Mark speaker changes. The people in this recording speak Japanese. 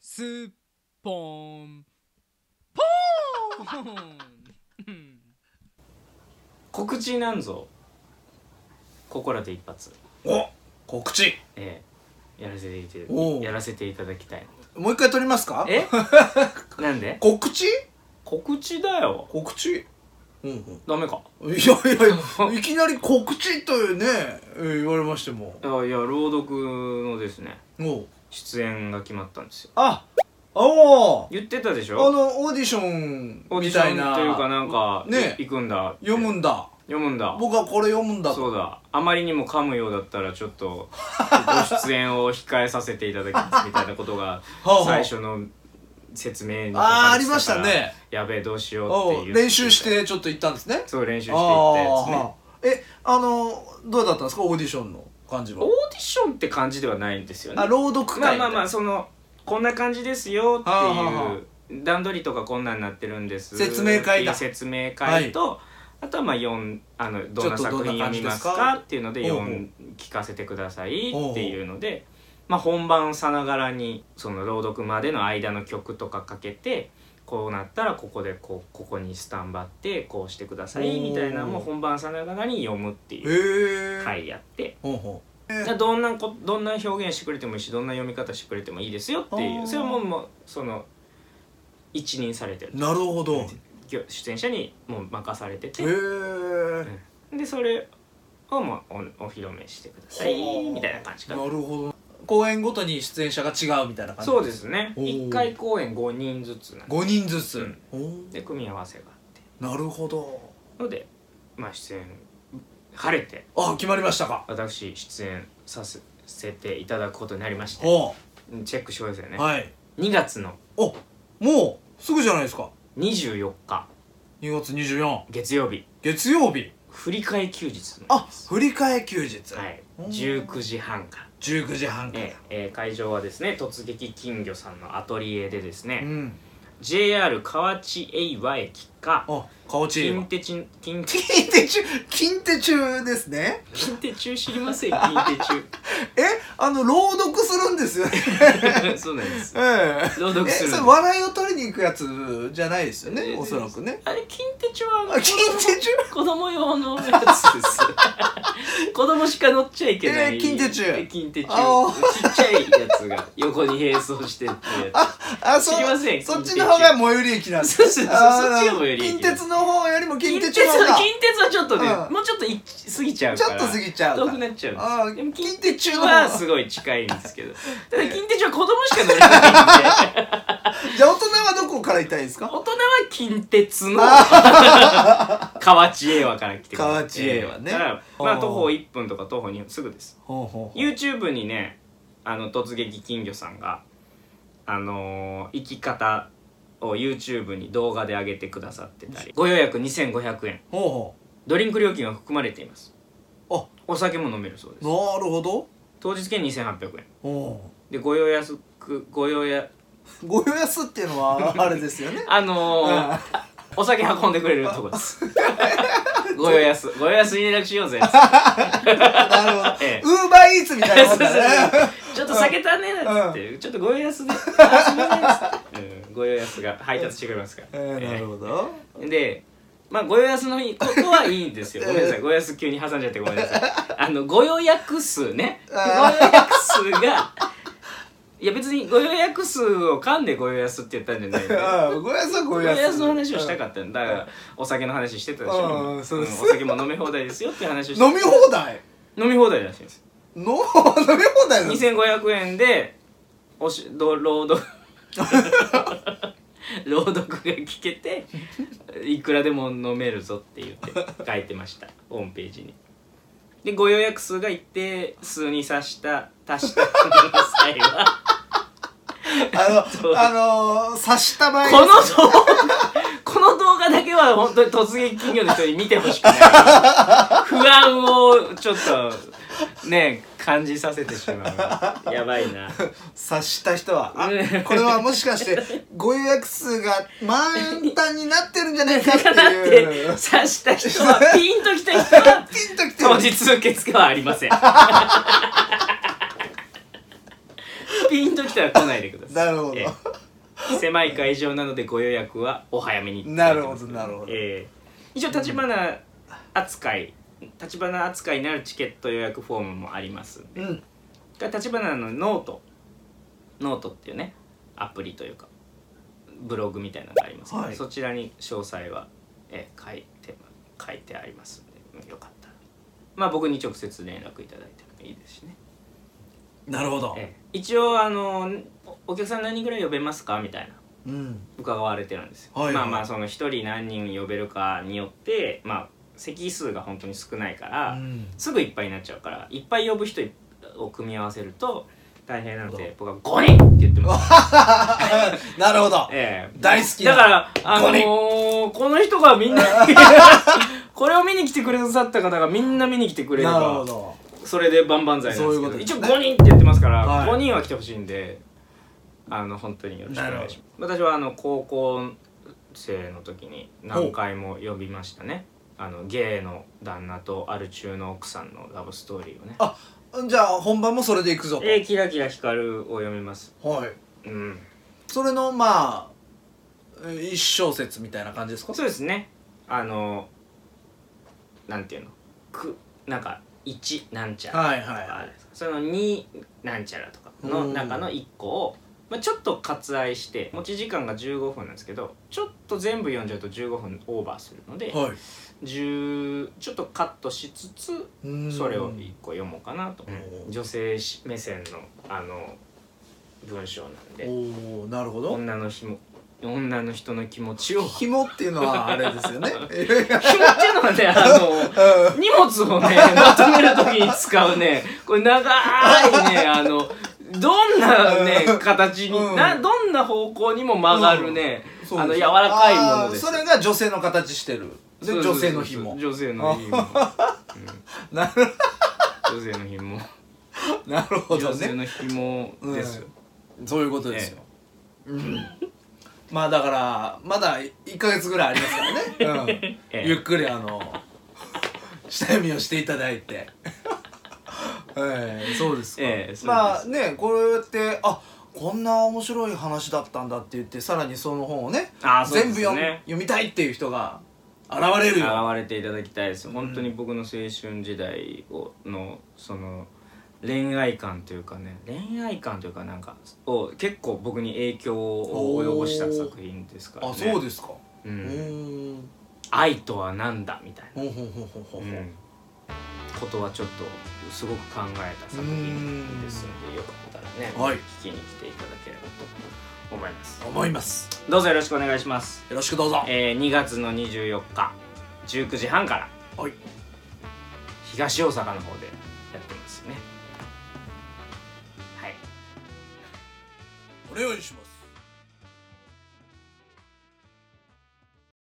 Speaker 1: スッポーンポーン
Speaker 2: 告知なんぞここらで一発
Speaker 3: お告知
Speaker 2: ええやらせていただ
Speaker 3: おう
Speaker 2: やらせていただきたい
Speaker 3: もう一回撮りますか
Speaker 2: え なんで
Speaker 3: 告知
Speaker 2: 告知だよ
Speaker 3: 告知うん
Speaker 2: ダメか
Speaker 3: うん、いやいやい やいきなり告知というねえー言われましても
Speaker 2: いやいや朗読のですね
Speaker 3: おう
Speaker 2: 出演が決まったんですよ
Speaker 3: あお
Speaker 2: 言ってたでし
Speaker 3: あ
Speaker 2: ょ
Speaker 3: のオーディション
Speaker 2: オーディ
Speaker 3: み
Speaker 2: シ
Speaker 3: た
Speaker 2: ョ
Speaker 3: い
Speaker 2: ン
Speaker 3: な
Speaker 2: というかなんか
Speaker 3: ね
Speaker 2: 行くんだって
Speaker 3: 読むんだ
Speaker 2: 読むんだ
Speaker 3: 僕はこれ読むんだ
Speaker 2: そうだあまりにも噛むようだったらちょっとご出演を控えさせていただきますみたいなことが
Speaker 3: はあはあ
Speaker 2: 最初の説明に書
Speaker 3: あー
Speaker 2: か
Speaker 3: あ
Speaker 2: れ
Speaker 3: り
Speaker 2: て
Speaker 3: ま
Speaker 2: た
Speaker 3: した
Speaker 2: から
Speaker 3: ね
Speaker 2: やべえどうしよ
Speaker 3: お
Speaker 2: うって
Speaker 3: う
Speaker 2: いう
Speaker 3: 練習してちょっと行ったんですね
Speaker 2: そう練習してい
Speaker 3: あ
Speaker 2: ったやつね
Speaker 3: あーえあのどうだったんですかオーディションの感じ
Speaker 2: オ
Speaker 3: は
Speaker 2: ーディションって感じではないんですよね
Speaker 3: あ朗読会
Speaker 2: まあまあまあそのこんな感じですよって
Speaker 3: はあはあは
Speaker 2: いう段取りとかこんなんなってるんです
Speaker 3: 説明会だ
Speaker 2: っていう説明会と、あとはまあ読んあのどんな
Speaker 3: ちょっと
Speaker 2: 作
Speaker 3: どん
Speaker 2: 品読
Speaker 3: な感じ
Speaker 2: み
Speaker 3: で
Speaker 2: ます
Speaker 3: す
Speaker 2: か
Speaker 3: か
Speaker 2: っていうので
Speaker 3: おうおう
Speaker 2: 読ん聞かせてくださいっていうので、まあ、本番さながらにその朗読までの間の曲とかかけてこうなったらここでこうここにスタンバってこうしてくださいみたいなのも
Speaker 3: おう
Speaker 2: 本番さながらに読むっていう
Speaker 3: へえ
Speaker 2: 回やって。
Speaker 3: ほうほ
Speaker 2: だからどんなこどんな表現してくれてもいいしどんな読み方してくれてもいいですよってい
Speaker 3: あ
Speaker 2: う
Speaker 3: ー
Speaker 2: それはもうもうその一任されてる
Speaker 3: うなるほどへ
Speaker 2: きょ出演者にもう任されてて
Speaker 3: え
Speaker 2: でそれをもうおお披露目してください
Speaker 3: ほう
Speaker 2: みたいな感じか
Speaker 3: な
Speaker 2: な
Speaker 3: るほど公演ごとに出演者が違うみたいな感じ
Speaker 2: そうですね
Speaker 3: おー
Speaker 2: 1回公演5人ずつなんで
Speaker 3: 5人ずつ、
Speaker 2: うん
Speaker 3: おー
Speaker 2: で組み合わせがあって
Speaker 3: なるほど
Speaker 2: のでまあ出演晴れて
Speaker 3: あ決まりましたか
Speaker 2: 私出演させていただくことになりまして
Speaker 3: お
Speaker 2: チェックしてくださいね
Speaker 3: はい
Speaker 2: 2月の
Speaker 3: おもうすぐじゃないですか
Speaker 2: 24日
Speaker 3: 2月24
Speaker 2: 月曜日
Speaker 3: 月曜日
Speaker 2: 振り替え休日の
Speaker 3: あ振り替え休日、
Speaker 2: はい
Speaker 3: おー
Speaker 2: 19時半から、
Speaker 3: 19時半から、
Speaker 2: えええー会場はですね突撃金魚さんのアトリエでですね、
Speaker 3: うん
Speaker 2: JR 河内英和駅か
Speaker 3: あ顔チー
Speaker 2: 近
Speaker 3: ム
Speaker 2: 鉄近近鉄
Speaker 3: 金手中金手中ですね
Speaker 2: 近鉄中知りません近
Speaker 3: えあの朗読するんですよね
Speaker 2: 鉄 中そうなんです
Speaker 3: ええ
Speaker 2: 朗読す
Speaker 3: え
Speaker 2: るんです
Speaker 3: それ笑いを取りに行くやつじゃないですよねおそらくね
Speaker 2: あれ近鉄中はあの
Speaker 3: あ金手中
Speaker 2: 子供用のやつです 子供しか乗っちゃいけない、
Speaker 3: えー近鉄中
Speaker 2: 近鉄
Speaker 3: あ
Speaker 2: 中ちっちゃいやつが横に並走してっていうやつ
Speaker 3: あそ
Speaker 2: 知りません
Speaker 3: そっちの方が最寄り駅なんです
Speaker 2: そうそうそう
Speaker 3: あー
Speaker 2: そっちが最寄り駅
Speaker 3: 近鉄の方よりも
Speaker 2: 近
Speaker 3: 近鉄
Speaker 2: 鉄
Speaker 3: 中の方
Speaker 2: は
Speaker 3: が
Speaker 2: 近鉄はちょっとね、
Speaker 3: うん
Speaker 2: もうちょっと行き過ぎちゃう
Speaker 3: ち
Speaker 2: か
Speaker 3: ょ
Speaker 2: ら
Speaker 3: っと過ぎちゃう
Speaker 2: 遠
Speaker 3: か
Speaker 2: くなっちゃ
Speaker 3: あ
Speaker 2: うん
Speaker 3: ー
Speaker 2: ですでも近
Speaker 3: 近
Speaker 2: 鉄
Speaker 3: 鉄
Speaker 2: 中
Speaker 3: 中の方
Speaker 2: はすごい近いんですけどただ近鉄中は子供しか乗れない んで
Speaker 3: じゃあ大人はどこから行ったらいいです
Speaker 2: 大
Speaker 3: か
Speaker 2: 人は近鉄 の河内英和から来てください
Speaker 3: 河内英和ね
Speaker 2: だからまあ
Speaker 3: あー
Speaker 2: 徒歩1分とか徒歩2分すぐです
Speaker 3: ほうほ
Speaker 2: YouTube にねあの突撃金魚さんがあのー生き方を YouTube に動画で上げてくださってたりご予約2500円
Speaker 3: ほうほ
Speaker 2: ドリンク料金が含まれています
Speaker 3: あ
Speaker 2: お酒も飲めるそうです
Speaker 3: うなるほど
Speaker 2: 当日券2800円
Speaker 3: ほ
Speaker 2: でご用安くご用や
Speaker 3: うご用安っていうのはあれですよね
Speaker 2: あのー
Speaker 3: あ
Speaker 2: お酒運んでくれるとこです ご用安ご用安に連絡しようぜ
Speaker 3: ーなるほど
Speaker 2: ええ
Speaker 3: ウーバーイーツみたい
Speaker 2: そ
Speaker 3: なも
Speaker 2: うんそうそう
Speaker 3: だね
Speaker 2: ちょっと酒足んねえなっつって、ちょっとご用安で あすいませんっつってうんご用安が配達してくれますから、
Speaker 3: えーなるほど
Speaker 2: でまあご予約の日ことはいいんです よごめんなさいご予約急に挟んじゃってごめんなさいあのご予約数ねご
Speaker 3: あ
Speaker 2: 予約数がいや別にご予約数を噛んでご予約って言ったんじゃないんだよ
Speaker 3: ああごやすは
Speaker 2: ご
Speaker 3: ご
Speaker 2: 予
Speaker 3: やす
Speaker 2: 約の話をしたかったんだだからお酒の話してたでしょ
Speaker 3: うんうんそうです
Speaker 2: んお酒も飲み放題ですよっていう話をして
Speaker 3: 飲み放題
Speaker 2: 飲み放題らしいんです
Speaker 3: の飲み放題なの
Speaker 2: 2500円でおしど朗読朗読が聞けていくらでも飲めるぞって言って書いてましたホームページにでご予約数が一定数に達した足した際は
Speaker 3: あ
Speaker 2: そう
Speaker 3: の、あのー、刺した場合
Speaker 2: この動画この動画だけは本当に突撃金魚の人に見てほしくない不安をちょっとね感じさせてしまうやばい な
Speaker 3: 刺した人は、
Speaker 2: う
Speaker 3: あ
Speaker 2: ん、
Speaker 3: これはもしかして、ご予約数が満タンになってるんじゃないかって
Speaker 2: かなっ
Speaker 3: い
Speaker 2: て
Speaker 3: う
Speaker 2: 刺。した人はピンときた人は
Speaker 3: ピンときて
Speaker 2: 当
Speaker 3: る。
Speaker 2: 日受付はありませんピンときたら来ないでください
Speaker 3: なるほど
Speaker 2: ええ狭い会場なのでご予約はお早めに
Speaker 3: なるほどなるほど
Speaker 2: ええ一応立花扱い立花扱いになるチケット予約フォームもありますんで
Speaker 3: うん
Speaker 2: 立花のノートノートっていうねアプリというかブログみたいなのがありますけど、
Speaker 3: はい
Speaker 2: そちらに詳細は、えー書いて書いてありますのでよかったらまあ僕に直接連絡いただいてもいいですしね、
Speaker 3: なるほど
Speaker 2: えー一応あのおお客さん何人ぐらい呼べますかみたいな
Speaker 3: うん
Speaker 2: 伺われてるんですよ、
Speaker 3: はいはい
Speaker 2: まあまあその一人何人呼べるかによってまあ席数が本当に少ないから、
Speaker 3: うん
Speaker 2: すぐいっぱいになっちゃうからいっぱい呼ぶ人を組み合わせると大変なので僕は5人って言ってます、
Speaker 3: なるほど
Speaker 2: ええ
Speaker 3: 大好き
Speaker 2: だ
Speaker 3: な
Speaker 2: からあの
Speaker 3: 五
Speaker 2: ー、この人がみんな これを見に来てくれさった方がみんな見に来てくれれ
Speaker 3: なるほ
Speaker 2: ば
Speaker 3: ど
Speaker 2: それで万々歳なんです
Speaker 3: そういう
Speaker 2: け
Speaker 3: こ
Speaker 2: ど
Speaker 3: とで
Speaker 2: 一
Speaker 3: す
Speaker 2: 応
Speaker 3: ね
Speaker 2: 5人って言ってますから、
Speaker 3: はい
Speaker 2: 5人は来てほしいんであの本当によろしくお願いします私はあの高校生の時に何回も呼びましたねあのゲイの旦那とアル中の奥さんのラブストーリーをね
Speaker 3: じゃあ本番もそれでいくぞと
Speaker 2: えー、キラキラ光るを読みます。
Speaker 3: はい
Speaker 2: うん。
Speaker 3: それのまあえー一小節みたいな感じですか
Speaker 2: そうですね。あの、なんていうの、く、なんか、一なんちゃら
Speaker 3: はいはい
Speaker 2: とかあ
Speaker 3: は
Speaker 2: るんですかその二なんちゃらとかの中の一個を、まあ、ちょっと割愛して、持ち時間が15分なんですけど、ちょっと全部読んじゃうと15分オーバーするので
Speaker 3: い、はい
Speaker 2: 10ちょっとカットしつつ、
Speaker 3: うん
Speaker 2: それを一個読もうかなと。
Speaker 3: うん
Speaker 2: 女性し目線の、あの、文章なんで。
Speaker 3: おおなるほど
Speaker 2: 女のひも女の人の気持ちを 紐っ
Speaker 3: 紐っていうのはあれですよね
Speaker 2: ていうのはねあの荷物をねまとめるときに使うねこれ長い ねあのどんなね
Speaker 3: うん
Speaker 2: 形に、
Speaker 3: うん
Speaker 2: などんな方向にも曲がるね、
Speaker 3: そう
Speaker 2: あの
Speaker 3: です
Speaker 2: 柔らかいものです
Speaker 3: あーそれが女性の形してるで
Speaker 2: そうそう
Speaker 3: 女性の紐
Speaker 2: 女性の紐、うん
Speaker 3: な
Speaker 2: 女性の紐
Speaker 3: なるほど
Speaker 2: 女性
Speaker 3: ね
Speaker 2: の紐ですよ、
Speaker 3: そういうことですよ、うん、まあだからまだ1か月ぐらいありますからね、う ん
Speaker 2: ええ
Speaker 3: ゆっくりあの下読みをしていただいて ええそうですか、
Speaker 2: ええそうです
Speaker 3: まあねこれってあこんな面白い話だったんだって言ってさらにその本をね
Speaker 2: あーそうです
Speaker 3: 全
Speaker 2: ね
Speaker 3: 部読み読みたいっていう人が現れるよ
Speaker 2: 現れていただきたいです本当に僕の青春時代をのその恋愛観というかね恋愛観というかなんかを結構僕に影響を及ぼした作品ですから、ね、
Speaker 3: あそう
Speaker 2: す、
Speaker 3: ですか
Speaker 2: う、
Speaker 3: うんーん
Speaker 2: 愛とは何だみたい
Speaker 3: ほんほんほんほんほ
Speaker 2: な、
Speaker 3: んほん
Speaker 2: ことはちょっとすごく考えた作品ですのでよかったらね、
Speaker 3: はい
Speaker 2: 聞きに来ていただければと思います
Speaker 3: 思います
Speaker 2: どうぞよろしくお願いします
Speaker 3: よろしくどうぞ
Speaker 2: えー、2月の24日19時半から
Speaker 3: はい
Speaker 2: 東大阪の方でやってますねはい
Speaker 3: お願いします